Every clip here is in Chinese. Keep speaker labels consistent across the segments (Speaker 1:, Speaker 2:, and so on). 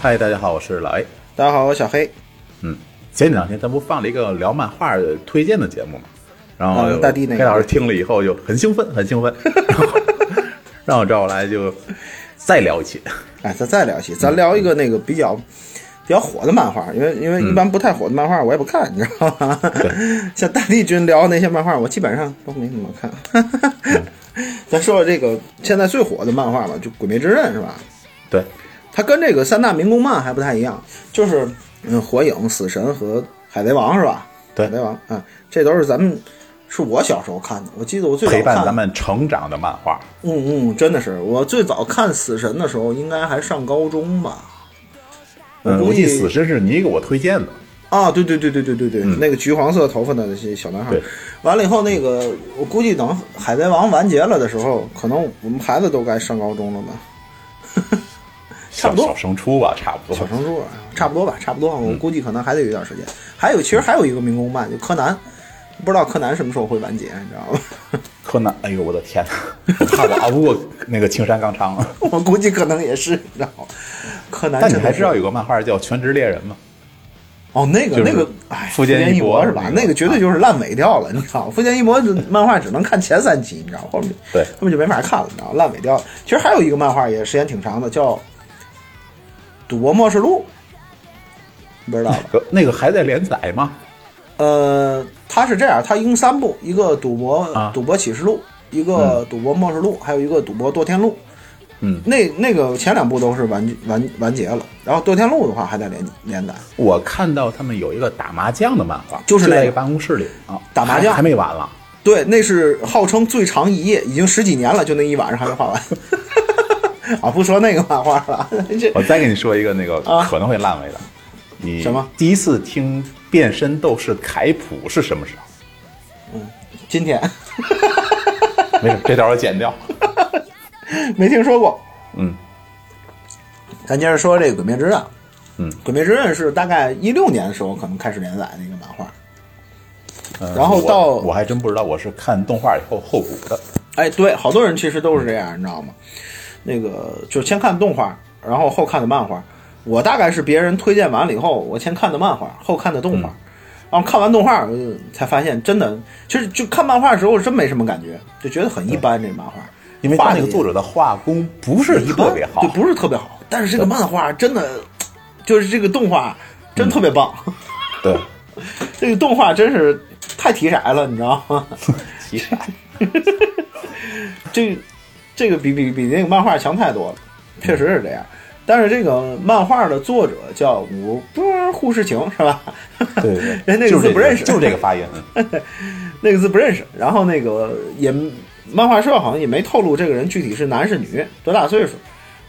Speaker 1: 嗨，大家好，我是老 A。
Speaker 2: 大家好，我小黑。
Speaker 1: 前两天咱不放了一个聊漫画的推荐的节目嘛，然后
Speaker 2: 嗯大地那个
Speaker 1: 黑老师听了以后就很兴奋，很兴 奋，然后让我找我来就再聊一期。
Speaker 2: 哎，咱再聊一期，咱聊一个那个比较比较火的漫画，因为因
Speaker 1: 嗯
Speaker 2: 为一般不太火的漫画我也不看， 你知道吗？像大地君聊的那些漫画，我基本上都没怎么看。 咱说说这个现在最火的漫画吧，就《鬼灭之刃》是吧？
Speaker 1: 对，
Speaker 2: 它跟这个三大民工漫还不太一样，就是嗯，火影、死神和海贼王是吧？
Speaker 1: 对
Speaker 2: 海贼王啊、嗯这都是咱们是我小时候看的，我记得我最早
Speaker 1: 陪伴
Speaker 2: 看
Speaker 1: 咱们成长的漫画，
Speaker 2: 嗯嗯，真的是，我最早看《死神》的时候，应该还上高中吧。
Speaker 1: 嗯，
Speaker 2: 估
Speaker 1: 我记
Speaker 2: 计
Speaker 1: 得死神是你给我推荐的，
Speaker 2: 啊，对对对对对对对，那个橘黄色头发的那些小男孩
Speaker 1: 对。
Speaker 2: 完了以后，那个我估计等《海贼王》完结了的时候，可能我们孩子都该上高中了吧。差
Speaker 1: 小
Speaker 2: 不多
Speaker 1: 小升初吧，差不
Speaker 2: 小
Speaker 1: 多。
Speaker 2: 升初啊，差不多吧，差不多。我
Speaker 1: 嗯
Speaker 2: 估计可能还得有一段时间。还有，其实还有一个民工漫，就柯南，不知道柯南什么时候会完结，你知道吗？
Speaker 1: 柯南，哎呦我的天哪，我怕我 熬不过那个青山刚昌 了。
Speaker 2: 我估计可能也是，你知道吗？柯南
Speaker 1: 但
Speaker 2: 真
Speaker 1: 你
Speaker 2: 的是，
Speaker 1: 还知道有个漫画叫《全职猎人》吗？
Speaker 2: 哦，那个
Speaker 1: 就是
Speaker 2: 那个，哎，
Speaker 1: 富坚
Speaker 2: 一
Speaker 1: 义博
Speaker 2: 是吧
Speaker 1: 那？个啊
Speaker 2: 那个绝对就是烂尾掉了，你知道吗？富坚义博这漫画只能看前三集，你知道吗后面
Speaker 1: 对
Speaker 2: 后面就没法看了，你知道吗？烂尾掉了。其实还有一个漫画也时间挺长的，叫《赌博默示录》，不知道吧？
Speaker 1: 呃那个还在连载吗？
Speaker 2: 呃，它是这样，它一共三部，一个《赌博、
Speaker 1: 啊
Speaker 2: 赌博启示录》，一个《赌博默示录》，还有一个《赌博堕天录》。
Speaker 1: 嗯，
Speaker 2: 那那个前两部都是完完完结了，然后《堕天录》的话还在连连载。
Speaker 1: 我看到他们有一个打麻将的漫画，
Speaker 2: 就是那个
Speaker 1: 在一个办公室里啊，
Speaker 2: 打麻将
Speaker 1: 还还没完了。
Speaker 2: 对，那是号称最长一夜，已经十几年了，就那一晚上还没画完。 啊，不说那个漫画了，这
Speaker 1: 我再跟你说一个那个
Speaker 2: 啊
Speaker 1: 可能会烂尾的，你
Speaker 2: 什么？
Speaker 1: 第一次听《变身斗士凯普》是什么时 候？
Speaker 2: 今天
Speaker 1: 没事，这段我剪掉。
Speaker 2: 没听说过。
Speaker 1: 嗯，
Speaker 2: 咱接着说这个《鬼灭之刃》。
Speaker 1: 嗯
Speaker 2: 《鬼灭之刃》是大概一六年的时候可能开始连载的一个漫画。
Speaker 1: 呃
Speaker 2: 然后
Speaker 1: 我
Speaker 2: 到
Speaker 1: 我还真不知道，我是看动画以后后补的。
Speaker 2: 哎，对，好多人其实都是这样，你知道吗？那个就先看动画，然后后看的漫画。我大概是别人推荐完了以后，我先看的漫画，后看的动
Speaker 1: 嗯
Speaker 2: 画。然后看完动画，我就才发现真的，其实就看漫画的时候真没什么感觉，就觉得很一般。这漫画，
Speaker 1: 因为他
Speaker 2: 画
Speaker 1: 那个
Speaker 2: 得
Speaker 1: 作者的画工不是
Speaker 2: 一般
Speaker 1: 特别好
Speaker 2: 对，，不是特别好。但是这个漫画真的，就是这个动画真特别棒，
Speaker 1: 嗯对，
Speaker 2: 这个动画真是太提色了，你知道吗？
Speaker 1: 奇怪。
Speaker 2: 这这个比比比那个漫画强太多了，确实是这样。但是这个漫画的作者叫五波护士情是吧？
Speaker 1: 对对，
Speaker 2: 人那个
Speaker 1: 就是
Speaker 2: 字
Speaker 1: 这
Speaker 2: 不认识
Speaker 1: 就是这个 发音。嗯
Speaker 2: 那个字不认识。然后那个也漫画社好像也没透露这个人具体是男是女，多大岁数，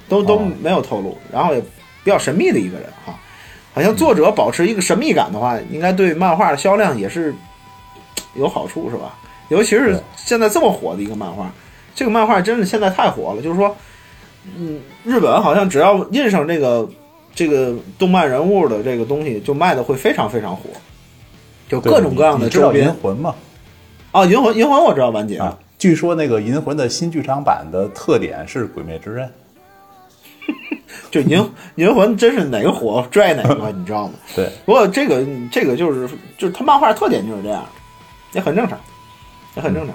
Speaker 2: 都都
Speaker 1: 哦
Speaker 2: 没有透露。然后也比较神秘的一个人哈，好像作者保持一个神秘感的话，应该对漫画的销量也是有好处是吧？尤其是
Speaker 1: 对
Speaker 2: 现在这么火的一个漫画，这个漫画真是现在太火了，就是说，嗯，日本好像只要印上这个这个动漫人物的这个东西，就卖的会非常非常火，就
Speaker 1: 对
Speaker 2: 各种各样
Speaker 1: 你
Speaker 2: 的
Speaker 1: 知
Speaker 2: 周
Speaker 1: 道银
Speaker 2: 边。
Speaker 1: 魂吗？
Speaker 2: 啊，银魂，银魂我知道完结了。
Speaker 1: 啊，据说那个银魂的新剧场版的特点是《鬼灭之刃》。
Speaker 2: 就银银魂真是哪个火拽哪个，你知道吗？
Speaker 1: 对，
Speaker 2: 不过这个这个就是就是他漫画特点就是这样，也很正常，也很正常。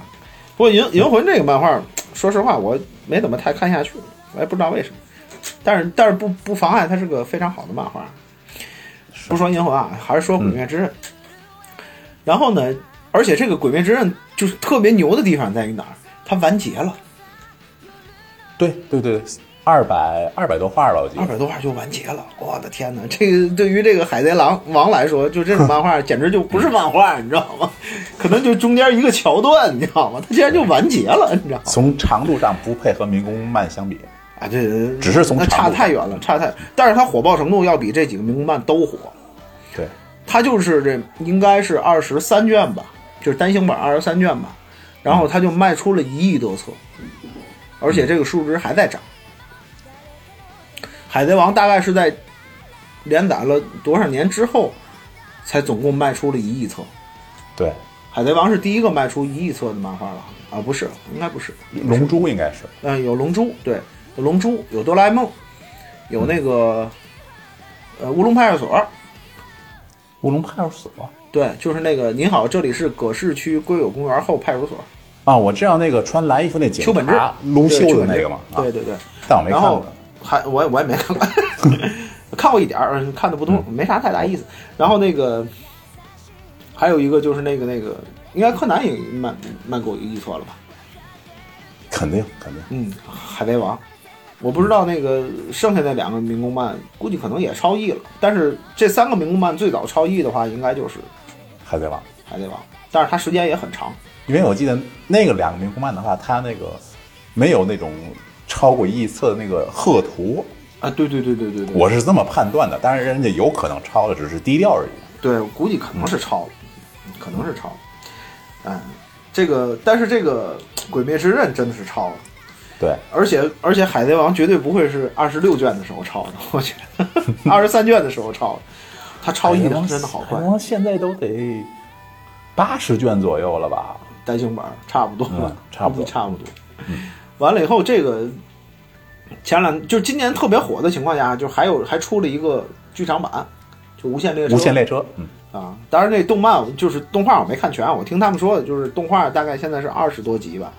Speaker 2: 不过银银魂这个漫画，说实话我没怎么太看下去，我也不知道为什么。但是但是不不妨碍它是个非常好的漫画。不说银魂啊，还是说鬼灭之刃。然后呢，而且这个鬼灭之刃就是特别牛的地方在于哪儿？它完结了，
Speaker 1: 对对对，二百二百多画吧，我记
Speaker 2: 二
Speaker 1: 得。
Speaker 2: 百多画就完结了，我的天哪！这个对于这个《海贼狼王》来说，就这种漫画简直就不是漫画，你知道吗？ 可能就中间一个桥段，你知道吗？它竟然就完结了，你知道吗？
Speaker 1: 从长度上不配和民工漫相比，
Speaker 2: 啊，这
Speaker 1: 只是从
Speaker 2: 那
Speaker 1: 长
Speaker 2: 差
Speaker 1: 度
Speaker 2: 太远了，差太，但是它火爆程度要比这几个民工漫都火。
Speaker 1: 对，
Speaker 2: 它就是这应该是二十三卷吧，就是单行本二十三卷吧，然后它就卖出了一亿多册，而且这个数值还在涨。海贼王大概是在连载了多少年之后，才总共卖出了一亿册。
Speaker 1: 对，
Speaker 2: 海贼王是第一个卖出一亿册的漫画了啊？不是，应该不是。呃
Speaker 1: 龙珠应该是
Speaker 2: 嗯，有龙珠，对，有龙珠，有哆啦 A 梦，有那个呃，乌龙派出所，
Speaker 1: 乌龙派出所
Speaker 2: 对，就是那个您好，这里是葛饰区龟友公园后派出所，
Speaker 1: 啊，我知道那个穿蓝衣服那警
Speaker 2: 邱本志
Speaker 1: 察卢
Speaker 2: 对
Speaker 1: 修
Speaker 2: 邱
Speaker 1: 的
Speaker 2: 本
Speaker 1: 那
Speaker 2: 志
Speaker 1: 个嘛，啊
Speaker 2: 对，对对，
Speaker 1: 但我没
Speaker 2: 然
Speaker 1: 看
Speaker 2: 后
Speaker 1: 过。
Speaker 2: 还我也我也 没看过，看过一点儿，嗯看的不多，
Speaker 1: 嗯
Speaker 2: 没啥太大意思。然后那个还有一个就是那个那个，应该柯南也蛮蛮给我译错了吧？
Speaker 1: 肯定肯定，
Speaker 2: 嗯，海贼王，我不知道那个剩下那两个民工漫，估计可能也超译了。但是这三个民工漫最早超译的话，应该就是
Speaker 1: 海贼王。
Speaker 2: 海贼王，但是它时间也很长。
Speaker 1: 因为我记得那个两个民工漫的话，它那个没有那种超过一册的那个贺图，
Speaker 2: 啊，对对对对对对，
Speaker 1: 我是这么判断的。当然，人家有可能超了，只是低调而已。
Speaker 2: 对，我估计可能是抄了，可能是抄了。嗯，这个，但是这个《鬼灭之刃》真的是抄了，
Speaker 1: 对，
Speaker 2: 而且而且《海贼王》绝对不会是二十六卷的时候抄的，我觉 得二十三卷的时候抄的，他抄
Speaker 1: 哎
Speaker 2: 译的真的好快
Speaker 1: 海贼，王现在都得八十卷左右了吧？
Speaker 2: 单行本儿差不多吧
Speaker 1: 嗯，差不多嗯
Speaker 2: 估计差不多。完了以后，这个前两就是今年特别火的情况下，就还有还出了一个剧场版，就《无限列车》。
Speaker 1: 无限列车，嗯，
Speaker 2: 啊，当然那动漫就是动画我没看全，我听他们说的就是动画大概现在是二十多集吧，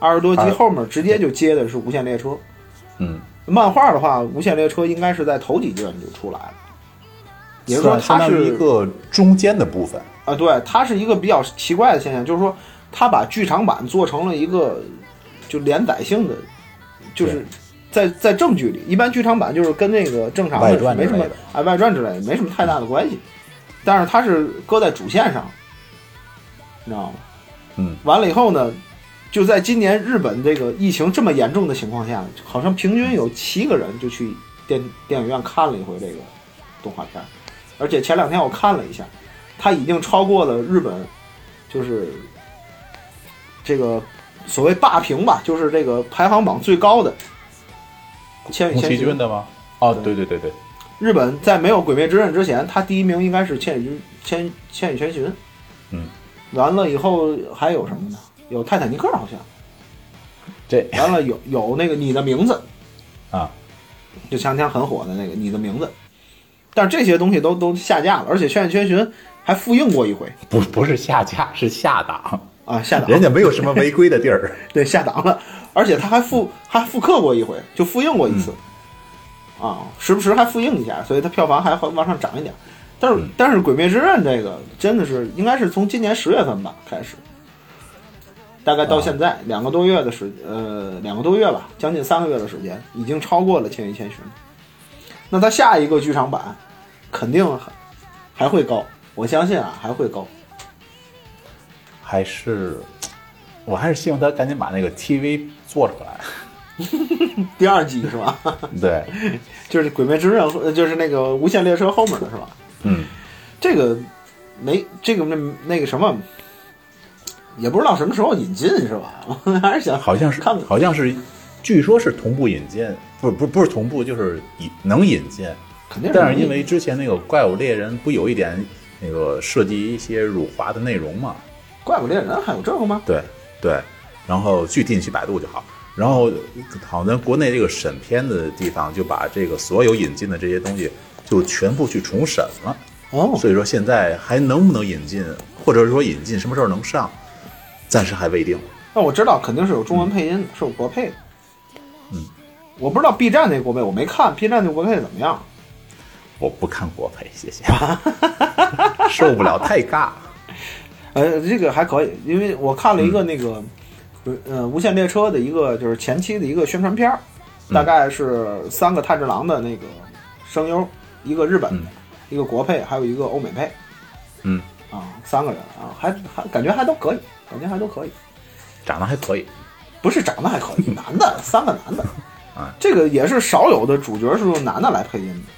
Speaker 2: 二十多集
Speaker 1: 二
Speaker 2: 后面直接就接的是《无限列车》。
Speaker 1: 嗯，
Speaker 2: 漫画的话，《无限列车》应该是在头几卷就出来了，也就是说
Speaker 1: 算相
Speaker 2: 它
Speaker 1: 当于
Speaker 2: 是
Speaker 1: 一个中间的部分。
Speaker 2: 啊，对，它是一个比较奇怪的现象，就是说它把剧场版做成了一个就连载性的，就是在在正剧里，一般剧场版就是跟那个正常的
Speaker 1: 外
Speaker 2: 是
Speaker 1: 传
Speaker 2: 没
Speaker 1: 之
Speaker 2: 什么
Speaker 1: 类的
Speaker 2: 哎外传之类的没什么太大的关系，但是它是搁在主线上，你知道吗？
Speaker 1: 嗯，
Speaker 2: 完了以后呢，就在今年日本这个疫情这么严重的情况下，好像平均有七个人就去电电影院看了一回这个动画片儿，而且前两天我看了一下，它已经超过了日本，就是这个所谓霸屏吧，就是这个排行榜最高的《千与
Speaker 1: 宫
Speaker 2: 千
Speaker 1: 崎
Speaker 2: 寻
Speaker 1: 骏》。的吗？哦，
Speaker 2: 对
Speaker 1: 对对对对，
Speaker 2: 日本在没有《鬼灭之刃》之前，它第一名应该是千与千千与千寻。
Speaker 1: 嗯，
Speaker 2: 完了以后还有什么呢？有《泰坦尼克》好像。
Speaker 1: 这
Speaker 2: 完了 有有那个你的名字
Speaker 1: 啊，
Speaker 2: 就前两天很火的那个你的名字，但是这些东西都都下架了，而且《千与千寻》还复映过一回
Speaker 1: 不不是下架，是下档，
Speaker 2: 啊，下档
Speaker 1: 人家没有什么违规的地儿。
Speaker 2: 对下档了，而且他还复还复刻过一回，就复映过一次，啊，时不时还复映一下，所以它票房还会往上涨一点。但是、但是《鬼灭之刃》这个真的是应该是从今年十月份吧开始，大概到现在、两个多月的时呃两个多月吧，将近三个月的时间，已经超过了《千与千寻》。那它下一个剧场版肯定还还会高，我相信啊还会高。
Speaker 1: 还是我还是希望他赶紧把那个 TV 做出 来。
Speaker 2: 第二季是吧？
Speaker 1: 对，
Speaker 2: 就是《鬼灭之刃》呃就是那个《无限列车》后面的是吧？
Speaker 1: 嗯，
Speaker 2: 这个没这个那那个什么，也不知道什么时候引进是吧？ 我还是想
Speaker 1: 好像是
Speaker 2: 看看
Speaker 1: 好像是，据说是同步引进，不不不是同步，就是引能引进，
Speaker 2: 肯定
Speaker 1: 但是因为之前那个怪物猎人不有一点那个涉及一些辱华的内容嘛？
Speaker 2: 怪物猎人还有这个吗？
Speaker 1: 对对，然后具体你去百度就好。然后好像国内这个审片的地方就把这个所有引进的这些东西就全部去重审了。
Speaker 2: 哦，
Speaker 1: 所以说现在还能不能引进，或者是说引进什么时候能上，暂时还未定。
Speaker 2: 那我知道肯定是有中文配音的，是有国配的。嗯，我不知道 B 站那国配，我没看 B 站那国配怎么样。
Speaker 1: 我不看国配，谢谢，受不了，太尬。
Speaker 2: 呃，这个还可以，因为我看了一个那个，呃，《无限列车》的一个就是前期的一个宣传片儿，大概是三个炭治郎的那个声优，一个日本的，一个国配，还有一个欧美配，
Speaker 1: 嗯，
Speaker 2: 啊，三个人啊，还还感觉还都可以，感觉还都可以，
Speaker 1: 长得还可以，
Speaker 2: 不是长得还可以，男的三个男的，
Speaker 1: 啊，
Speaker 2: 这个也是少有的主角是用男的来配音的，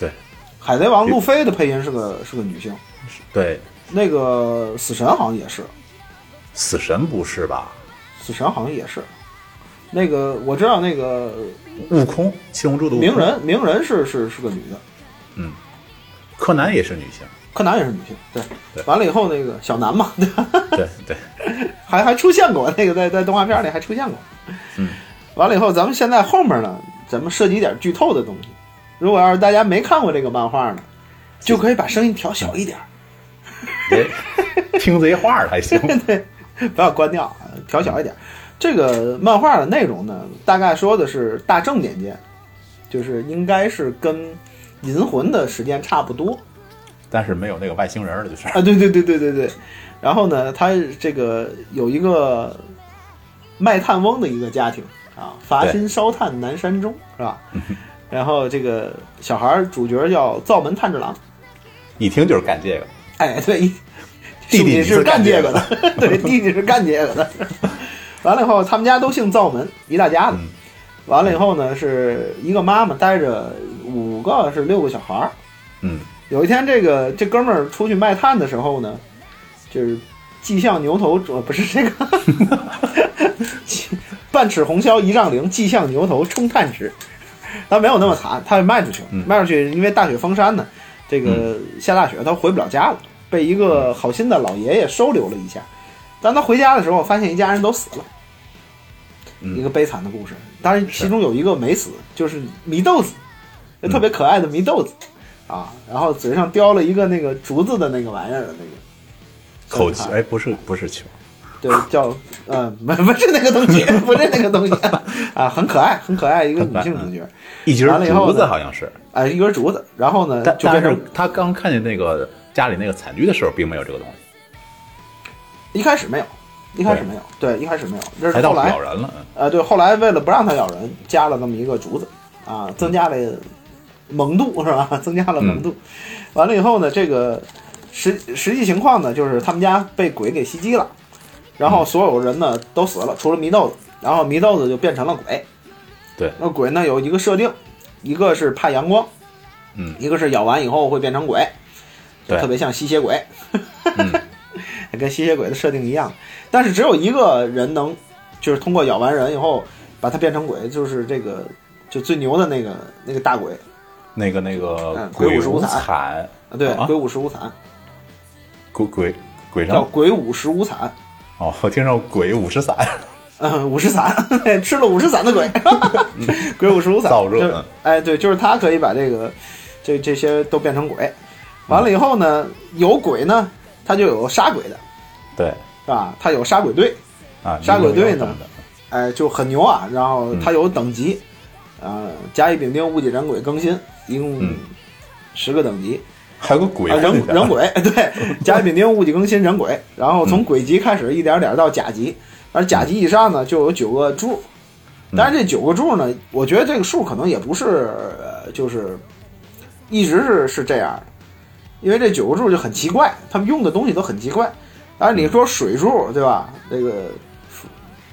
Speaker 1: 对
Speaker 2: 《海贼王》路飞的配音是个是个女性，
Speaker 1: 对，
Speaker 2: 那个死神好像也是，
Speaker 1: 死神不是吧？
Speaker 2: 死神好像也是。那个我知道，那个
Speaker 1: 悟空，七龙珠的悟空
Speaker 2: 鸣，人，鸣人是是是个女的，
Speaker 1: 柯南也是女 性。
Speaker 2: 柯南也是女性，对。
Speaker 1: 对
Speaker 2: 完了以后，那个小南嘛， 对吧
Speaker 1: 对对，
Speaker 2: 还还出现过那个在在动画片里还出现过。
Speaker 1: 嗯。
Speaker 2: 完了以后，咱们现在后面呢，咱们涉及一点剧透的东西。如果要是大家没看过这个漫画呢，就可以把声音调小一点儿，
Speaker 1: 别听贼话儿还 行。
Speaker 2: 不要关掉，啊，调小一点儿。这个漫画的内容呢，大概说的是大正年间，就是应该是跟银魂的时间差不多。
Speaker 1: 但是没有那个外星人了，就是
Speaker 2: 啊，对对对对对对。然后呢，他这个有一个卖炭翁的一个家庭啊，伐薪烧炭南山中是吧？ 然后这个小孩儿主角叫灶门炭治郎，
Speaker 1: 一听就是干这个。
Speaker 2: 哎，对，一
Speaker 1: 弟弟
Speaker 2: 兄
Speaker 1: 你
Speaker 2: 是
Speaker 1: 是
Speaker 2: 干
Speaker 1: 干
Speaker 2: 这
Speaker 1: 这个
Speaker 2: 个的
Speaker 1: 的，
Speaker 2: 对，弟弟是干这个的。完了以后，他们家都姓灶门，一大家子。
Speaker 1: 嗯
Speaker 2: 完了以后呢，是一个妈妈带着五个是六个小孩儿。
Speaker 1: 嗯，
Speaker 2: 有一天，这个这哥们儿出去卖炭的时候呢，就是既向牛头呃不是这个， 半尺红绡一丈绫，既向牛头冲炭直。他没有那么惨，他卖出去了，
Speaker 1: 嗯
Speaker 2: 卖出去，因为大雪封山呢，这个下大雪，他回不了家了，被一
Speaker 1: 嗯
Speaker 2: 个好心的老爷爷收留了一下。当他回家的时候，发现一家人都死了，
Speaker 1: 嗯
Speaker 2: 一个悲惨的故事。当然，其中有一个没死，就是祢豆子，
Speaker 1: 嗯
Speaker 2: 就特别可爱的祢豆子、啊，然后嘴上叼了一个那个竹子的那个玩意儿的那个。
Speaker 1: 口球哎，不是不是球，
Speaker 2: 对，叫呃，不不是那个东西，不是那个东西啊，很可爱，很可爱，一个女性主角，
Speaker 1: 一截
Speaker 2: 完了以后
Speaker 1: 竹子
Speaker 2: 呢
Speaker 1: 好像是。
Speaker 2: 啊，一根竹子，然后呢，
Speaker 1: 但
Speaker 2: 就
Speaker 1: 但
Speaker 2: 变
Speaker 1: 是
Speaker 2: 成
Speaker 1: 他刚看见那个家里那个惨剧的时候，并没有这个东西，
Speaker 2: 一开始没有，一开始没有，对，一开始没有，这
Speaker 1: 才
Speaker 2: 是
Speaker 1: 到
Speaker 2: 后来
Speaker 1: 咬人了。嗯
Speaker 2: 呃，对，后来为了不让它咬人，加了那么一个竹子，啊，增加了萌度是吧？ 增加了萌度。完了以后呢，这个实实际情况呢，就是他们家被鬼给袭击了，然后所有人呢都死了，除了祢豆子，然后祢豆子就变成了鬼。
Speaker 1: 对
Speaker 2: 那鬼呢有一个设定，一个是怕阳光，
Speaker 1: 嗯
Speaker 2: 一个是咬完以后会变成鬼，就
Speaker 1: 对
Speaker 2: 特别像吸血鬼。
Speaker 1: 嗯，
Speaker 2: 跟吸血鬼的设定一样，但是只有一个人能，就是通过咬完人以后把他变成鬼，就是这个就最牛的那个那个大鬼
Speaker 1: 那个那个
Speaker 2: 嗯鬼
Speaker 1: 鬼
Speaker 2: 舞十五
Speaker 1: 舞
Speaker 2: 惨
Speaker 1: 惨，
Speaker 2: 啊，对，
Speaker 1: 啊
Speaker 2: 鬼舞十五惨
Speaker 1: 鬼鬼鬼
Speaker 2: 叫
Speaker 1: 上
Speaker 2: 鬼舞十五惨，
Speaker 1: 哦，我听着鬼舞十散，
Speaker 2: 嗯，五十散， 吃了五十散的鬼，鬼舞十五散，
Speaker 1: 燥热
Speaker 2: 就是
Speaker 1: 嗯
Speaker 2: 哎，对，就是他可以把这个这这些都变成鬼，完了以后呢，有鬼呢，他就有杀鬼的，
Speaker 1: 对
Speaker 2: 是吧？他有杀鬼队，
Speaker 1: 啊，
Speaker 2: 杀鬼队呢
Speaker 1: 呢？
Speaker 2: 哎，就很牛啊。然后它有等级，啊，甲乙丙丁戊己壬癸更新，一共
Speaker 1: 嗯
Speaker 2: 十个等级
Speaker 1: 还有个鬼
Speaker 2: 啊，人
Speaker 1: 混进来
Speaker 2: 人鬼 对，甲乙丙丁戊己更新壬癸，然后
Speaker 1: 嗯
Speaker 2: 从癸级开始一点点到甲级，而甲级以上呢就有九个柱，
Speaker 1: 嗯
Speaker 2: 但是这九个柱呢，我觉得这个数可能也不是呃就是一直是是这样的，因为这九个柱就很奇怪，他们用的东西都很奇怪。当然你说水柱对吧？那个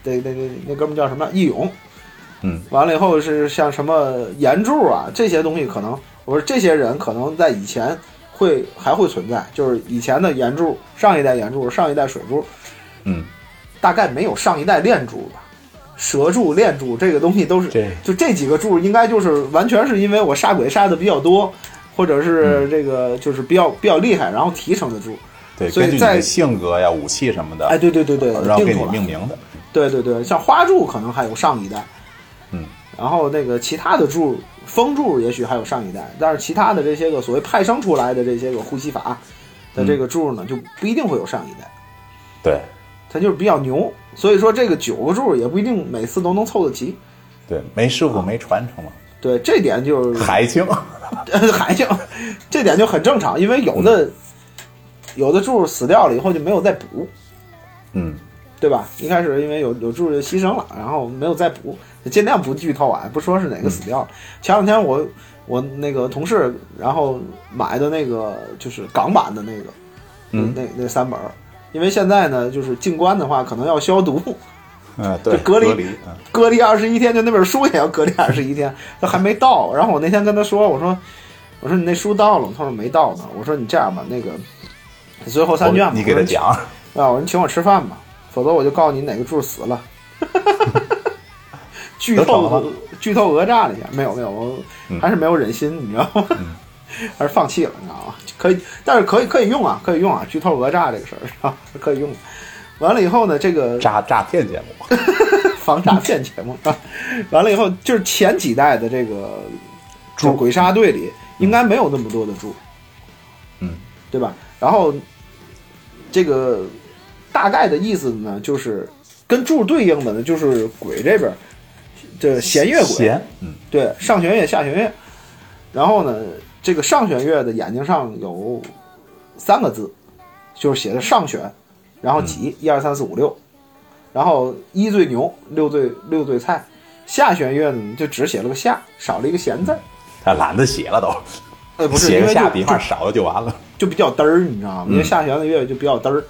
Speaker 2: 那那那那哥们叫什么？义勇。
Speaker 1: 嗯，
Speaker 2: 完了以后是像什么岩柱啊这些东西，可能我说这些人可能在以前会还会存在，就是以前的岩柱，上一代岩柱，上一代水柱，
Speaker 1: 嗯，
Speaker 2: 大概没有上一代炼柱吧。蛇柱、炼柱这个东西都是
Speaker 1: 这，
Speaker 2: 就这几个柱应该就是完全是因为我杀鬼杀的比较多，或者是这个就是比较比较厉害，然后提成的柱。
Speaker 1: 对，
Speaker 2: 所以
Speaker 1: 根据你
Speaker 2: 在
Speaker 1: 的性格呀、武器什么的，
Speaker 2: 哎，对对对对，
Speaker 1: 然后
Speaker 2: 定
Speaker 1: 给
Speaker 2: 住
Speaker 1: 你
Speaker 2: 了。
Speaker 1: 命名的。
Speaker 2: 对对对，像花柱可能还有上一代，
Speaker 1: 嗯，
Speaker 2: 然后那个其他的柱，风柱也许还有上一代，但是其他的这些个所谓派生出来的这些个呼吸法的这个柱呢，就不一定会有上一代，
Speaker 1: 对
Speaker 2: 它就是比较牛，所以说这个九个柱也不一定每次都能凑得齐。
Speaker 1: 对，没师傅没传承嘛，
Speaker 2: 对，这点就是
Speaker 1: 海清。
Speaker 2: 还行， 这点就很正常，因为有的、有的柱死掉了以后就没有再补，
Speaker 1: 嗯，
Speaker 2: 对吧？一开始因为有有助就牺牲了，然后没有再补，尽量不剧透啊，不说是哪
Speaker 1: 嗯
Speaker 2: 个死掉了。前两天我我那个同事，然后买的那个就是港版的那个，
Speaker 1: 嗯
Speaker 2: 那那三本儿，因为现在呢，就是进关的话可能要消毒，
Speaker 1: 嗯，对，
Speaker 2: 就隔离
Speaker 1: 离，嗯，
Speaker 2: 隔离二十一天，就那本书也要隔离二十一天，他还没到。然后我那天跟他说，我说我说你那书到了吗，他说没到呢。我说你这样吧，那个你最后三卷吧，
Speaker 1: 哦你给他
Speaker 2: 我说
Speaker 1: 讲，
Speaker 2: 啊，我说你请我吃饭吧，否则我就告诉你哪个柱死 了。剧
Speaker 1: 得逞了
Speaker 2: 透
Speaker 1: 吗
Speaker 2: 剧透讹诈了一下，没有没有，我
Speaker 1: 嗯
Speaker 2: 还是没有忍心，你知道吗？还是放弃了，你知道吗？可以，但是可以可以用啊，可以用啊，剧透讹诈这个事儿，知 道吗可以用。完了以后呢，这个
Speaker 1: 诈诈骗节 目，
Speaker 2: 防诈骗节目啊，完了以后就是前几代的这个就是鬼杀队里应该没有那么多的猪，
Speaker 1: 嗯，
Speaker 2: 对吧？然后这个大概的意思呢，就是跟柱对应的呢，就是鬼这边这弦乐鬼，
Speaker 1: 弦，嗯，
Speaker 2: 对，上弦月、下弦月。然后呢，这个上弦月的眼睛上有三个字，就是写的上弦，然后几，一二三四五六，然后一最牛，六最六最菜。下弦月呢，就只写了个下，少了一个弦字儿。
Speaker 1: 他懒得写了都，
Speaker 2: 呃，不是，
Speaker 1: 写
Speaker 2: 因
Speaker 1: 个
Speaker 2: 为
Speaker 1: 下
Speaker 2: 就
Speaker 1: 笔
Speaker 2: 就
Speaker 1: 画少了就完了。
Speaker 2: 就比较嘚儿，你知道吗？
Speaker 1: 嗯
Speaker 2: 因为下弦的乐就比较嘚儿，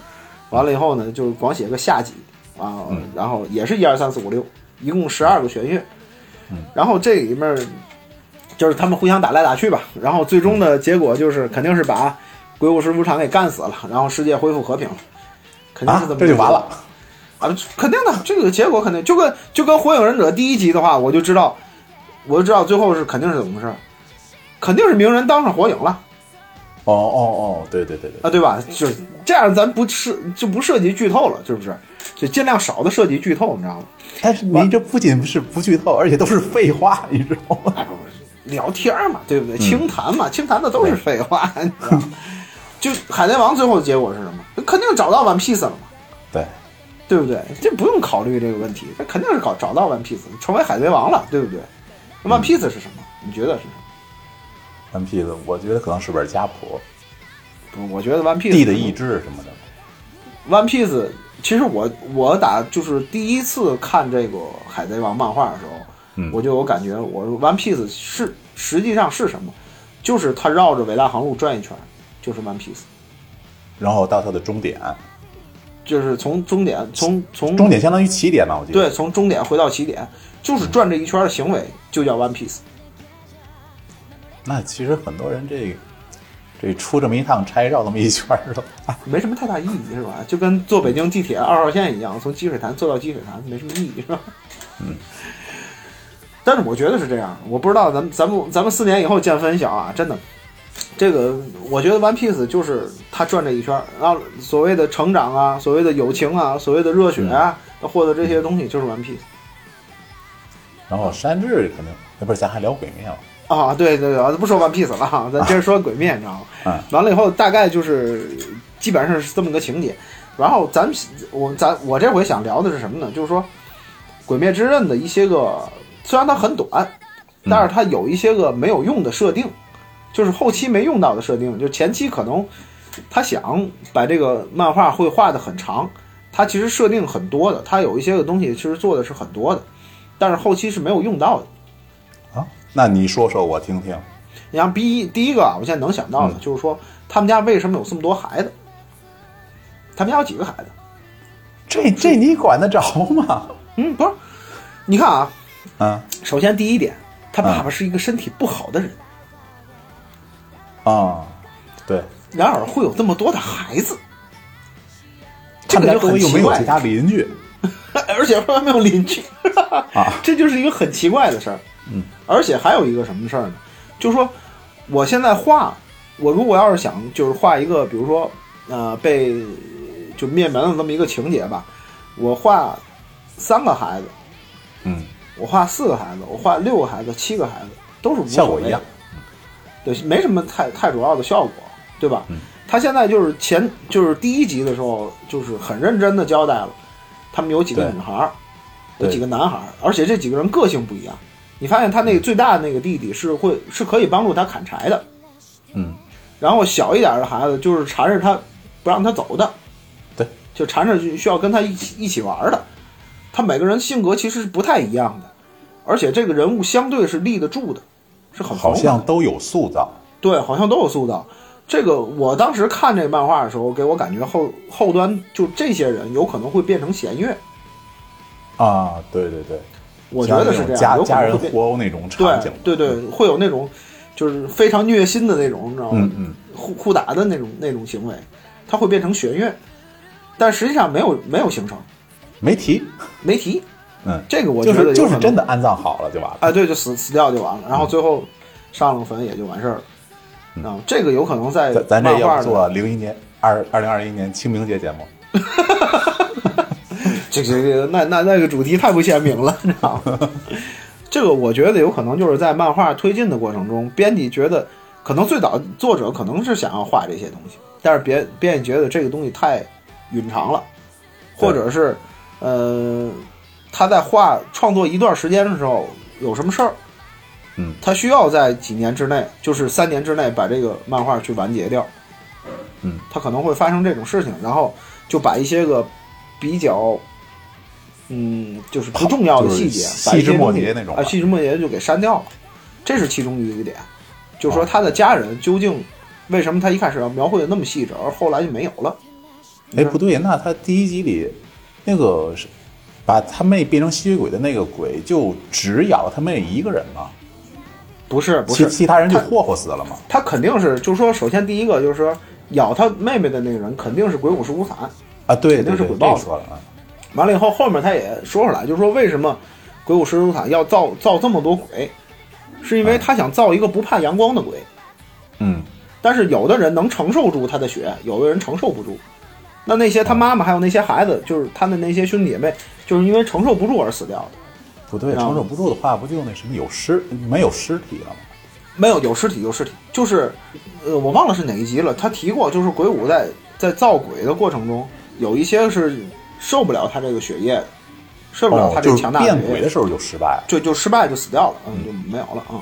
Speaker 2: 完了以后呢，就是光写个下几啊，
Speaker 1: 嗯
Speaker 2: 然后也是一二三四五六，一共十二个弦乐，
Speaker 1: 嗯
Speaker 2: 然后这里面儿就是他们互相打来打去吧，然后最终的结果就是肯定是把鬼舞十五场给干死了，然后世界恢复和平了，肯定是
Speaker 1: 啊
Speaker 2: 这么、，
Speaker 1: 这就完了。
Speaker 2: 啊，肯定的，这个结果肯定就跟就跟《火影忍者》第一集的话，我就知道，我就知道最后是肯定是怎么回事儿，肯定是鸣人当上火影了。
Speaker 1: 哦哦哦，对对对对，
Speaker 2: 啊，对吧？就是这样，咱不涉就不涉及剧透了，是不是？就尽量少的涉及剧透，你知道吗？
Speaker 1: 但是你这不仅是不剧透，而且都是废话，你知道吗？
Speaker 2: 哎，不是聊天嘛，对不
Speaker 1: 嗯
Speaker 2: 对？清谈嘛，清谈的都是废话，你知道 吗？就海贼王最后的结果是什么？肯定找到 One Piece 了嘛，
Speaker 1: 对，
Speaker 2: 对不对？这不用考虑这个问题，他肯定是搞找到 One Piece，成为海贼王了，对不对？
Speaker 1: 嗯
Speaker 2: 那 One Piece 是什么？你觉得是什么？
Speaker 1: 三 P 的，我觉得可能是本家谱，
Speaker 2: 不，我觉得 One Piece
Speaker 1: 地的意志什么的。
Speaker 2: One Piece，其实我我打就是第一次看这个海贼王漫画的时候，
Speaker 1: 嗯
Speaker 2: 我就有感觉，我说 One Piece 是实际上是什么？就是它绕着伟大航路转一圈，就是 One Piece，
Speaker 1: 然后到它的终点，
Speaker 2: 就是从终点从从
Speaker 1: 终点相当于起点吧，我记得。
Speaker 2: 嗯对从终点回到起点，就是转这一圈的行为就叫 One Piece。
Speaker 1: 那其实很多人这这出这么一趟差，绕这么一圈儿都
Speaker 2: 没什么太大意义是吧？就跟坐北京地铁二号线一样，从积水潭坐到积水潭没什么意义是吧？嗯。但是我觉得是这样，我不知道咱们咱们咱们四年以后见分晓啊，真的，这个我觉得 One Piece 就是他转这一圈儿，然后所谓的成长啊，所谓的友情啊，所谓的热血啊，获得这些东西就是 One Piece。
Speaker 1: 然后山治可能，那不是咱还聊鬼灭吗？
Speaker 2: 啊，对对对，不说 One Piece 了哈，咱接着说鬼灭，你知道吗？
Speaker 1: 嗯
Speaker 2: 完了以后，大概就是基本上是这么个情节。然后咱们我咱我这回想聊的是什么呢？就是说，《鬼灭之刃》的一些个，虽然它很短，但是它有一些个没有用的设定，就是后期没用到的设定。就前期可能他想把这个漫画会画的很长，它其实设定很多的，它有一些个东西其实做的是很多的，但是后期是没有用到的。
Speaker 1: 啊，那你说说我听听。
Speaker 2: 你像第一第一个啊，我现在能想到的
Speaker 1: 嗯
Speaker 2: 就是说，他们家为什么有这么多孩子？他们家有几个孩子？
Speaker 1: 这这你管得着吗？
Speaker 2: 嗯，不是，你看啊，
Speaker 1: 啊
Speaker 2: 首先第一点，他
Speaker 1: 嗯
Speaker 2: 爸爸是一个身体不好的人，
Speaker 1: 啊，对，
Speaker 2: 然而会有这么多的孩子，这
Speaker 1: 他们家
Speaker 2: 个就
Speaker 1: 周
Speaker 2: 很
Speaker 1: 围又
Speaker 2: 奇
Speaker 1: 没有
Speaker 2: 怪
Speaker 1: 其，他邻居
Speaker 2: 而且外面有邻居，
Speaker 1: 啊，
Speaker 2: 这就是一个很奇怪的事儿。
Speaker 1: 嗯，
Speaker 2: 而且还有一个什么事儿呢？就是说，我现在画，我如果要是想就是画一个，比如说呃被就灭门的这么一个情节吧，我画三个孩子，
Speaker 1: 嗯，
Speaker 2: 我画四个孩子，我画六个孩子，七个孩子都是无
Speaker 1: 效
Speaker 2: 所
Speaker 1: 果
Speaker 2: 谓
Speaker 1: 一样，
Speaker 2: 对，没什么太太主要的效果，对吧？
Speaker 1: 嗯
Speaker 2: 他现在就是前就是第一集的时候，就是很认真的交代了，他们有几个
Speaker 1: 对
Speaker 2: 女孩儿，有
Speaker 1: 对
Speaker 2: 几个男孩儿，而且这几个人个性不一样。你发现他那个最大的那个弟弟是会是可以帮助他砍柴的，
Speaker 1: 嗯，
Speaker 2: 然后小一点的孩子就是缠着他不让他走的，
Speaker 1: 对，
Speaker 2: 就缠着需要跟他一起一起玩的。他每个人性格其实是不太一样的，而且这个人物相对是立得住的，是很丰
Speaker 1: 好
Speaker 2: 满的
Speaker 1: 像都有塑造，
Speaker 2: 对，好像都有塑造。这个我当时看这个漫画的时候，给我感觉后后端就这些人有可能会变成弦乐，
Speaker 1: 啊，对对对，
Speaker 2: 我觉得是这
Speaker 1: 像那种家
Speaker 2: 样，有可
Speaker 1: 家
Speaker 2: 能
Speaker 1: 人
Speaker 2: 会变。
Speaker 1: 互殴那种场景
Speaker 2: 对，对对，会有那种就是非常虐心的那种，你知道吗
Speaker 1: 嗯？嗯，
Speaker 2: 互互打的那种那种行为，它会变成弦乐，但实际上没有没有形成，
Speaker 1: 没提，
Speaker 2: 没提。
Speaker 1: 嗯，
Speaker 2: 这个我觉
Speaker 1: 就
Speaker 2: 得
Speaker 1: 是
Speaker 2: 有
Speaker 1: 就
Speaker 2: 可
Speaker 1: 是
Speaker 2: 能
Speaker 1: 真的嗯安葬好了就完了，
Speaker 2: 哎，对，就死死掉就完了，然后最后上了坟也就完事儿了。啊，这个有可能在
Speaker 1: 咱嗯咱这
Speaker 2: 漫
Speaker 1: 要
Speaker 2: 画
Speaker 1: 不
Speaker 2: 的
Speaker 1: 做零一年二二零二一年清明节节目，
Speaker 2: 这这这，那那那个主题太不鲜明了，你知道吗？ 这个我觉得有可能就是在漫画推进的过程中，编辑觉得可能最早作者可能是想要画这些东西，但是别编辑觉得这个东西太冗长了，或者是呃他在画创作一段时间的时候有什么事儿，
Speaker 1: 嗯，
Speaker 2: 他需要在几年之内，就是三年之内把这个漫画去完结掉，
Speaker 1: 嗯，
Speaker 2: 他可能会发生这种事情，然后就把一些个比较。嗯，就是不重要的细节，
Speaker 1: 就是
Speaker 2: 把一
Speaker 1: 细枝
Speaker 2: 些
Speaker 1: 末
Speaker 2: 东西
Speaker 1: 节那种吧
Speaker 2: 啊，细枝末节就给删掉了，这是其中一个点，就是
Speaker 1: 哦
Speaker 2: 说他的家人究竟为什么他一开始要描绘的那么细致，而后来就没有了？
Speaker 1: 哎，
Speaker 2: 嗯
Speaker 1: 不对，那他第一集里那个是把他妹变成吸血鬼的那个鬼，就只咬他妹一个人吗？
Speaker 2: 不是不
Speaker 1: 其
Speaker 2: 是，
Speaker 1: 其他人就霍霍死了吗？
Speaker 2: 他肯定是，就是说，首先第一个就是说，咬他妹妹的那个人肯定是鬼武士无惨。
Speaker 1: 啊，对对
Speaker 2: 肯定是
Speaker 1: 对，
Speaker 2: 鬼豹
Speaker 1: 这说了啊，
Speaker 2: 完了以后，后面他也说出来，就是说为什么鬼武士无惨要造造这么多鬼，是因为他想造一个不怕阳光的鬼。
Speaker 1: 嗯，
Speaker 2: 但是有的人能承受住他的血，有的人承受不住。那那些他妈妈还有那些孩子，就是他的那些兄弟姐妹，就是因为承受不住而死掉的。
Speaker 1: 不对，
Speaker 2: 然后
Speaker 1: 承受不住的话，不就那什么有尸没有尸体了吗？
Speaker 2: 没有，有尸体，有尸体，就是，呃，我忘了是哪一集了。他提过，就是鬼舞在在造鬼的过程中，有一些是受不了他这个血液的，受不了他
Speaker 1: 哦，
Speaker 2: 这
Speaker 1: 就
Speaker 2: 个
Speaker 1: 是
Speaker 2: 强大的血
Speaker 1: 变
Speaker 2: 液，
Speaker 1: 鬼的时候就失败了。
Speaker 2: 就就失败就死掉了，嗯，就没有了啊、嗯。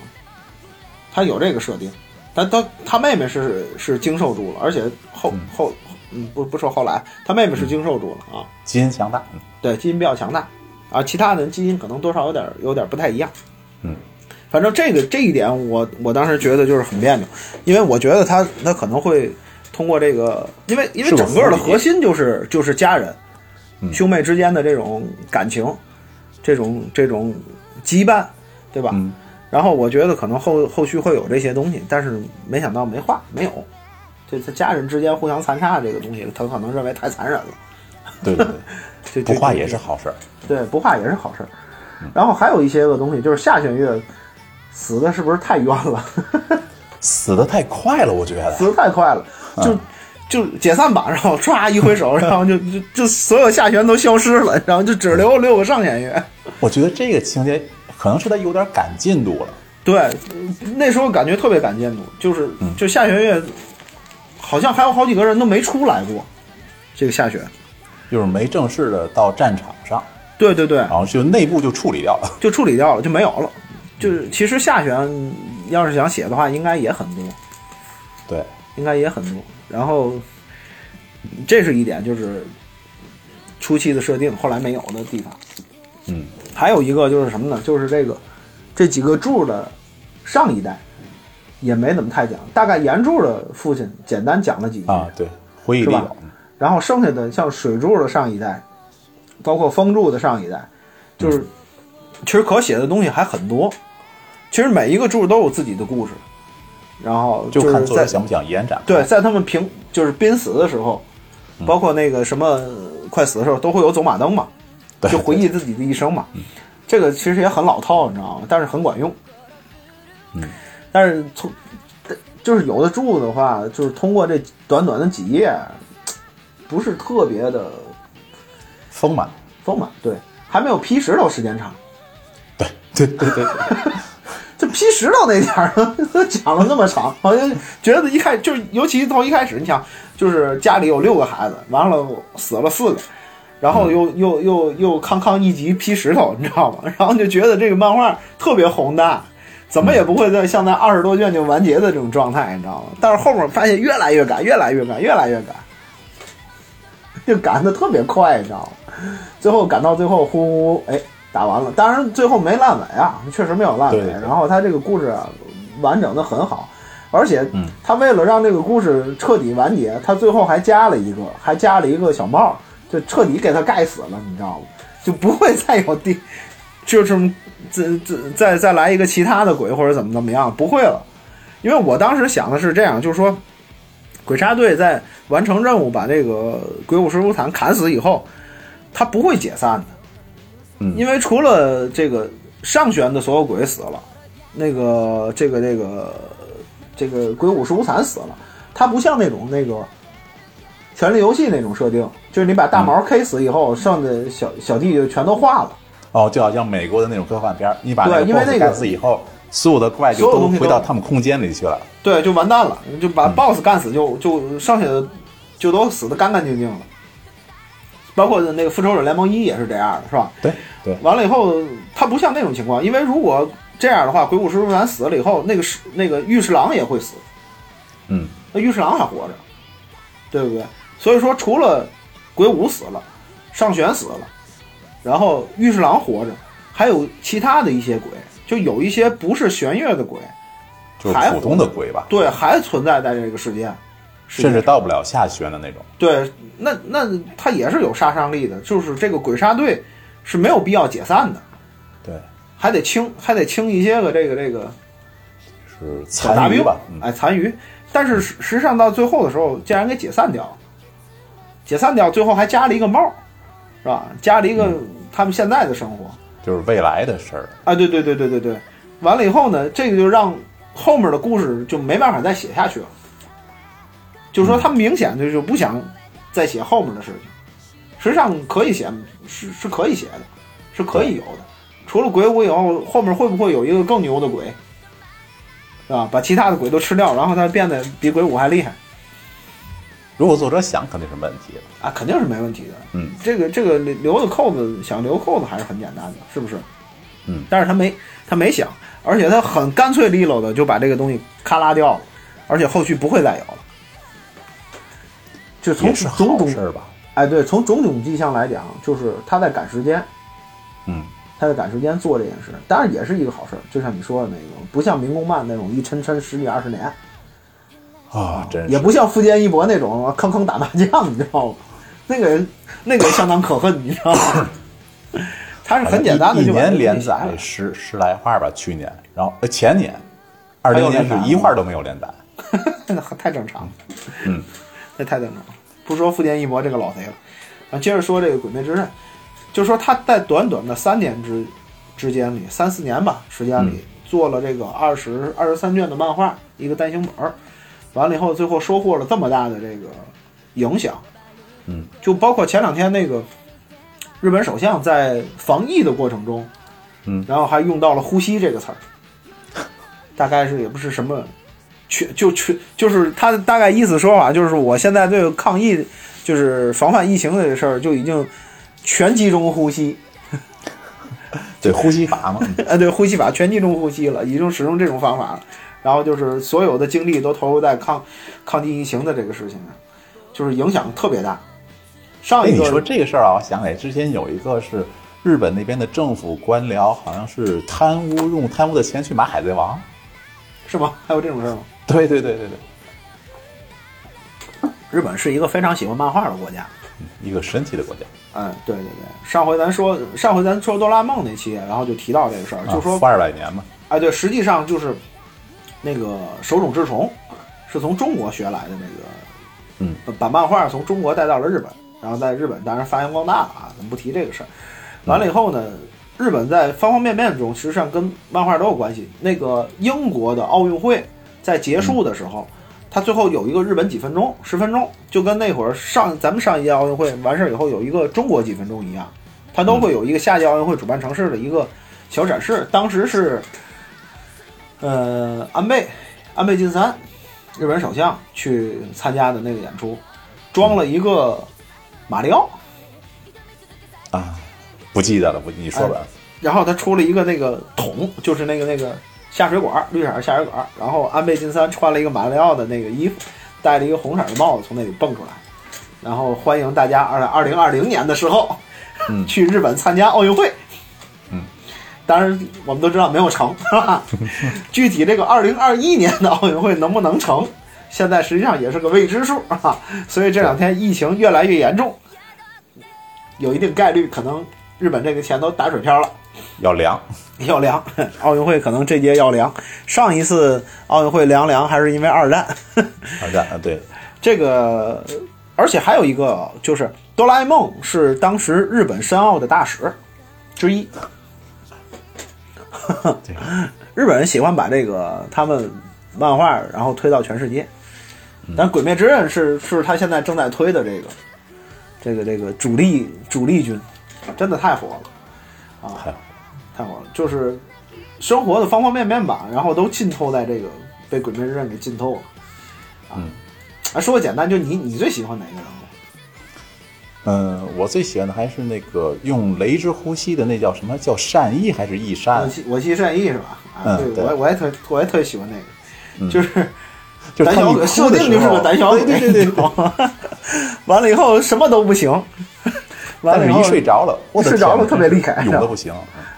Speaker 2: 他有这个设定，但他他妹妹是是经受住了，而且后后嗯不不说后来，他妹妹是经受住了啊。
Speaker 1: 基因强大，嗯
Speaker 2: 对，基因比较强大啊，其他人基因可能多少有点有点不太一样。
Speaker 1: 嗯，
Speaker 2: 反正这个这一点我，我当时觉得就是很别扭，因为我觉得他他可能会通过这个，因为因为
Speaker 1: 是个
Speaker 2: 整个的
Speaker 1: 伏笔嗯
Speaker 2: 核心就是就是家人、兄妹之间的这种感情，这种这种羁绊，对吧？
Speaker 1: 嗯
Speaker 2: 然后我觉得可能后后续会有这些东西，但是没想到没画没有，这他家人之间互相残杀这个东西，他可能认为太残忍了。
Speaker 1: 对对对，
Speaker 2: 就
Speaker 1: 不
Speaker 2: 就
Speaker 1: 画
Speaker 2: 就
Speaker 1: 也是好事儿。
Speaker 2: 对，不怕也是好事儿。然后还有一些个东西，就是下弦月死的是不是太冤了？
Speaker 1: 死的太快了，我觉得。
Speaker 2: 死的太快了，就、就解散吧，然后唰一挥手，然后就就就所有下弦都消失了，然后就只留留个上弦月。
Speaker 1: 我觉得这个情节可能是他有点赶进度了。
Speaker 2: 对，那时候感觉特别感监督，就是就下弦月好像还有好几个人都没出来过，这个下雪。
Speaker 1: 就是没正式的到战场上，
Speaker 2: 对对对，
Speaker 1: 然后就内部就处理掉了。
Speaker 2: 就处理掉了，就没有了。就是其实下弦要是想写的话，应该也很多。
Speaker 1: 对，
Speaker 2: 应该也很多。然后这是一点，就是初期的设定，后来没有的地方。
Speaker 1: 嗯，
Speaker 2: 还有一个就是什么呢？就是这个这几个柱的上一代也没怎么太讲，大概岩柱的父亲简单讲了几句，
Speaker 1: 啊，对，回忆
Speaker 2: 是
Speaker 1: 里
Speaker 2: 吧
Speaker 1: 有，？
Speaker 2: 然后剩下的像水柱的上一代，包括风柱的上一代，
Speaker 1: 嗯
Speaker 2: 就是其实可写的东西还很多。其实每一个柱都有自己的故事，然后
Speaker 1: 就是看作
Speaker 2: 在
Speaker 1: 者想不想延展。
Speaker 2: 对，，在他们平就是濒死的时候，
Speaker 1: 嗯
Speaker 2: 包括那个什么呃快死的时候，都会有走马灯嘛，
Speaker 1: 对
Speaker 2: 就回忆自己的一生嘛。这个其实也很老套，你知道吗？但是很管用。
Speaker 1: 嗯，
Speaker 2: 但是从就是有的住的话，就是通过这短短的几页，不是特别的
Speaker 1: 丰满。
Speaker 2: 丰满，对，还没有劈石头时间长。
Speaker 1: 对对对 对，对
Speaker 2: 这劈石头那点儿呢， 讲了那么长，好像觉得一开就是，尤其到一开始，你想，就是家里有六个孩子，完了死了四个，然后又、又又又康康一集劈石头，你知道吗？ 然后就觉得这个漫画特别宏大，怎么也不会在像在二十多卷就完结的这种状态，你知道吗？但是后面发现越来越赶，越来越赶，越来越赶，就赶的特别快，你知道吗？最后赶到最后，呼呼呼，哎，打完了。当然最后没烂尾啊，确实没有烂尾。
Speaker 1: 对对对
Speaker 2: 然后他这个故事啊完整的很好，而且
Speaker 1: 嗯
Speaker 2: 他为了让这个故事彻底完结，他最后还加了一个，还加了一个小帽，就彻底给他盖死了，你知道吗？就不会再有第，就是再再再再来一个其他的鬼或者怎么怎么样，不会了。因为我当时想的是这样，就是说，鬼杀队在完成任务把这个鬼舞石无惨砍死以后，他不会解散的，
Speaker 1: 嗯
Speaker 2: 因为除了这个上旋的所有鬼死了，那个这个这个这个鬼舞石无惨死了，他不像那种那个。权力游戏那种设定，就是你把大毛 K 死以后，剩下的小小弟就全都化了。
Speaker 1: 哦，就好像美国的那种科幻片儿，你把那
Speaker 2: 对因为
Speaker 1: BOSS
Speaker 2: 那个
Speaker 1: 干死以后，所有的怪就
Speaker 2: 所有
Speaker 1: 都
Speaker 2: 东西
Speaker 1: 回
Speaker 2: 都
Speaker 1: 到他们空间里去了。
Speaker 2: 对，就完蛋了，就把 BOSS 干死就，就剩下的就都死的干干净净了。包括那个复仇者联盟一也是这样的，是吧？
Speaker 1: 对对，
Speaker 2: 完了以后，它不像那种情况，因为如果这样的话，鬼谷十团死了以后，那个是那个御侍郎也会死，
Speaker 1: 嗯，
Speaker 2: 那御侍郎还活着，对不对？所以说，除了鬼舞死了，上弦死了，然后御侍郎活着，还有其他的一些鬼，就有一些不是弦乐的鬼，
Speaker 1: 就是
Speaker 2: 还
Speaker 1: 普通的鬼吧，
Speaker 2: 对，还存在在这个世界，世界
Speaker 1: 甚至
Speaker 2: 上
Speaker 1: 到不了下旋的那种。
Speaker 2: 对，那那它也是有杀伤力的，就是这个鬼杀队是没有必要解散的，
Speaker 1: 对，
Speaker 2: 还得清，还得清一些个这个这个
Speaker 1: 是
Speaker 2: 小
Speaker 1: 残
Speaker 2: 杂
Speaker 1: 余
Speaker 2: 兵
Speaker 1: 吧，嗯，
Speaker 2: 哎，残余。但是实实际上到最后的时候，竟然给解散掉了，解散掉，最后还加了一个帽儿，是吧？加了一个
Speaker 1: 嗯
Speaker 2: 他们现在的生活。
Speaker 1: 就是未来的事儿。
Speaker 2: 啊，对对对对对对，完了以后呢，这个就让后面的故事就没办法再写下去了。就是说，他明显就是不想再写后面的事情。实际上可以写，是是可以写的，是可以有的。除了鬼舞以后，后面会不会有一个更牛的鬼？是吧？把其他的鬼都吃掉，然后他变得比鬼舞还厉害
Speaker 1: 如果作者想，肯定是问题了。
Speaker 2: 啊，肯定是没问题的。
Speaker 1: 嗯，
Speaker 2: 这个这个留的扣子，想留扣子还是很简单的，是不是？
Speaker 1: 嗯，
Speaker 2: 但是他没他没想，而且他很干脆利落的就把这个东西咔啦掉了，而且后续不会再有了。就从
Speaker 1: 也是好
Speaker 2: 种种
Speaker 1: 事儿吧。
Speaker 2: 哎，对，从种种迹象来讲，就是他在赶时间，
Speaker 1: 嗯，
Speaker 2: 他在赶时间做这件事，当然也是一个好事儿。就像你说的那个，不像民工漫那种一抻抻十几二十年，
Speaker 1: 啊，真
Speaker 2: 也
Speaker 1: 是。
Speaker 2: 不像富坚义博那种坑坑打麻将，你 知道吗？那个那个相当可恨，你知道吗？ 他是很简单
Speaker 1: 哎
Speaker 2: 的，
Speaker 1: 一一
Speaker 2: 就把这
Speaker 1: 年
Speaker 2: 个哎
Speaker 1: 连
Speaker 2: 写了
Speaker 1: 载十十来话吧，去年，然后呃前年，二零年是一话都没有连载。
Speaker 2: 太正常了，
Speaker 1: 嗯，
Speaker 2: 那太正常了。不说富坚义博这个老贼了，啊，接着说这个《鬼灭之刃》，就说他在短短的三年之之间里，三四年吧时间里，
Speaker 1: 嗯
Speaker 2: 做了这个二十二十三卷的漫画，一个单行本儿，完了以后，最后收获了这么大的这个影响，
Speaker 1: 嗯，
Speaker 2: 就包括前两天那个日本首相在防疫的过程中，
Speaker 1: 嗯
Speaker 2: 然后还用到了“呼吸”这个词儿， 大概是也不是什么。确就确就是他大概意思说法就是我现在对抗疫就是防范疫情这个事儿就已经全集中呼吸，
Speaker 1: 对，呼吸法 嘛，嗯
Speaker 2: 呃，对，呼吸法全集中呼吸了，已经使用这种方法了。然后就是所有的精力都投入在抗抗击疫情的这个事情上，就是影响特别大。上
Speaker 1: 哎，
Speaker 2: 一
Speaker 1: 你
Speaker 2: 个
Speaker 1: 说这个事儿啊，我想起来之前有一个是日本那边的政府官僚，好像是贪污用贪污的钱去买《海贼 王》。
Speaker 2: 是吗？还有这种事儿吗？
Speaker 1: 对对对对对，
Speaker 2: 日本是一个非常喜欢漫画的国家，
Speaker 1: 一个神奇的国家，
Speaker 2: 嗯，对对对。上回咱说上回咱说哆啦 A 梦那期，然后就提到这个事儿，啊就说
Speaker 1: 啊富二百年嘛。
Speaker 2: 哎，对，实际上就是那个手冢治虫是从中国学来的那个，
Speaker 1: 嗯
Speaker 2: 呃，把漫画从中国带到了日本，然后在日本当然发扬光大了啊，咱们不提这个事儿。完了以后呢，日本在方方面面中，实际上跟漫画都有关系。那个英国的奥运会在结束的时候，它最后有一个日本几分钟，十分钟，就跟那会儿上咱们上一届奥运会完事儿以后有一个中国几分钟一样，它都会有一个下届奥运会主办城市的一个小展示。当时是，呃，安倍，安倍晋三，日本首相去参加的那个演出，装了一个马里奥，
Speaker 1: 啊，不记得了，不，你说吧。
Speaker 2: 然后他出了一个那个桶，就是那个那个下水管儿，绿色的下水管儿。然后安倍晋三穿了一个马里奥的那个衣服，戴了一个红色的帽子，从那里蹦出来，然后欢迎大家二二零二零年的时候，
Speaker 1: 嗯
Speaker 2: 去日本参加奥运会。
Speaker 1: 嗯，
Speaker 2: 当然我们都知道没有成， 是 吧？具体这个二零二一年的奥运会能不能成，现在实际上也是个未知数啊。所以这两天疫情越来越严重，有一定概率可能日本这个钱都打水漂了。
Speaker 1: 要凉，
Speaker 2: 要凉，奥运会可能这届要凉。上一次奥运会凉凉还是因为二战，
Speaker 1: 二战啊，对，
Speaker 2: 这个，而且还有一个就是哆啦 A 梦是当时日本申奥的大使之一。
Speaker 1: 对，
Speaker 2: 日本人喜欢把这个他们漫画然后推到全世界，但《鬼灭之刃是》是他现在正在推的这个这个这个主力主力军，真的太火了。
Speaker 1: 太好了
Speaker 2: 太好了，就是生活的方方面面吧，然后都浸透在这个被《鬼灭之刃》给浸透了。啊，
Speaker 1: 嗯
Speaker 2: 哎，说个简单，就你你最喜欢哪个人物？
Speaker 1: 嗯，我最喜欢的还是那个用雷之呼吸的，那叫什么叫善意还是翼
Speaker 2: 我
Speaker 1: 善？
Speaker 2: 记我记善意是吧？啊，
Speaker 1: 啊嗯
Speaker 2: 对，
Speaker 1: 对嗯
Speaker 2: 我也我也特我也特喜欢那个，就是
Speaker 1: 就是
Speaker 2: 胆
Speaker 1: 他
Speaker 2: 小
Speaker 1: 们
Speaker 2: 鬼，
Speaker 1: 哭
Speaker 2: 设
Speaker 1: 的
Speaker 2: 定
Speaker 1: 时
Speaker 2: 就是
Speaker 1: 候
Speaker 2: 个，胆小鬼，
Speaker 1: 对对对
Speaker 2: 你知道吗完了以后什么都不行，
Speaker 1: 但
Speaker 2: 完了以
Speaker 1: 是
Speaker 2: 后
Speaker 1: 一睡着了，我的
Speaker 2: 睡着
Speaker 1: 天
Speaker 2: 了
Speaker 1: 哪
Speaker 2: 特别厉害
Speaker 1: 勇的不行。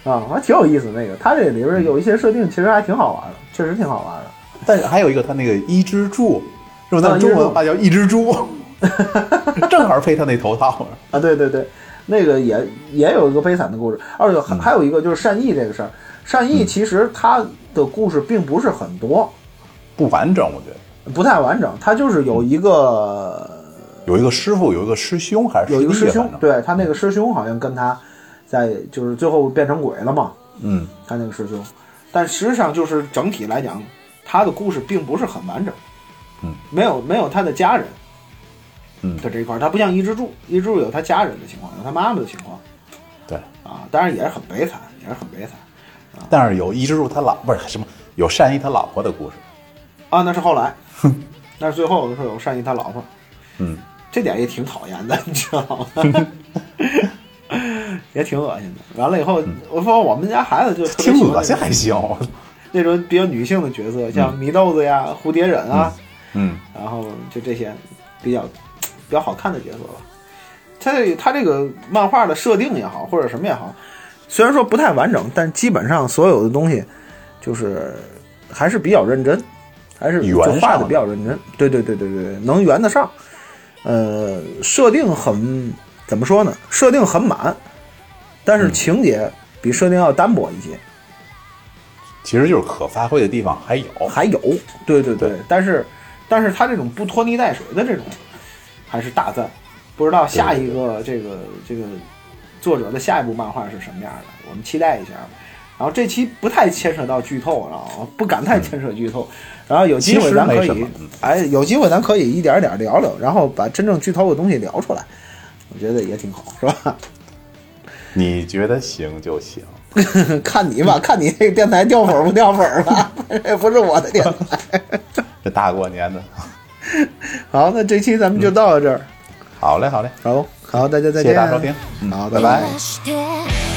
Speaker 2: 啊，还挺有意思。那个它这里边有一些设定，其实还挺好玩的，确实挺好玩的。
Speaker 1: 但是还有一个他那个一只柱，是吧？
Speaker 2: 啊
Speaker 1: 那
Speaker 2: 一只
Speaker 1: 中文
Speaker 2: 柱
Speaker 1: 话叫一只猪， 正好配他那头套。
Speaker 2: 啊，对对对，那个也也有一个悲惨的故事，而且还
Speaker 1: 嗯
Speaker 2: 还有一个就是善意这个事儿。善意其实他的故事并不是很多，
Speaker 1: 不完整，我觉得
Speaker 2: 不太完整，他就是有一个
Speaker 1: 有一个师傅，有一个师兄，还是
Speaker 2: 有一个
Speaker 1: 弟
Speaker 2: 师
Speaker 1: 反
Speaker 2: 兄
Speaker 1: 正，
Speaker 2: 对他那个师兄好像跟他在就是最后变成鬼了嘛，
Speaker 1: 嗯，
Speaker 2: 他那个师兄，但实际上就是整体来讲，他的故事并不是很完整，
Speaker 1: 嗯，
Speaker 2: 没有没有他的家人，
Speaker 1: 嗯
Speaker 2: 的这一块儿，他不像伊之助，伊之助有他家人的情况，有他妈妈的情况
Speaker 1: 对。
Speaker 2: 啊，当然也是很悲惨，也是很悲惨
Speaker 1: 但是有一只柱他老不是什么，有善意他老婆的故事。
Speaker 2: 啊，那是后来， 那是最后的时候有善意他老婆，
Speaker 1: 嗯，
Speaker 2: 这点也挺讨厌的，你知道 吗？也挺恶心的。完了以后，我说我们家孩子就特别
Speaker 1: 挺
Speaker 2: 喜欢
Speaker 1: 嗯恶心
Speaker 2: 那种
Speaker 1: 还行。
Speaker 2: 那种比较女性的角色，像祢豆子呀、蝴蝶忍啊，
Speaker 1: 嗯
Speaker 2: 然后就这些比较比较好看的角色吧。它这它这个漫画的设定也好，或者什么也好，虽然说不太完整，但基本上所有的东西就是还是比较认真，还是
Speaker 1: 圆
Speaker 2: 就
Speaker 1: 上
Speaker 2: 画的
Speaker 1: 的
Speaker 2: 比较认真。对对对对对，能圆得上。呃，设定很怎么说呢？设定很满，但
Speaker 1: 嗯
Speaker 2: 是情节比设定要单薄一些。
Speaker 1: 其实就是可发挥的地方还有。
Speaker 2: 还有，对对对
Speaker 1: 对，
Speaker 2: 但是但是他这种不拖泥带水的这种还是大赞，不知道下一个这个这个作者的下一部漫画是什么样的，我们期待一下吧。然后这期不太牵扯到剧透了啊，不敢太牵扯剧透。然后有机会咱可
Speaker 1: 嗯其实没
Speaker 2: 以
Speaker 1: 什么嗯，
Speaker 2: 哎，有机会咱可以一点儿点儿聊聊，然后把真正剧透的东西聊出来，我觉得也挺好，是吧？
Speaker 1: 你觉得行就行。
Speaker 2: 看你吧，看你这个电台掉粉儿不掉粉儿 吧，这不是我的电台。
Speaker 1: 这大过年的，
Speaker 2: 好，那这期咱们就到这儿。
Speaker 1: 好嘞好嘞，
Speaker 2: 好，好，大家再
Speaker 1: 谢谢
Speaker 2: 见，
Speaker 1: 大家收听，嗯
Speaker 2: 好，
Speaker 1: 拜
Speaker 2: 拜拜
Speaker 1: 拜。
Speaker 3: して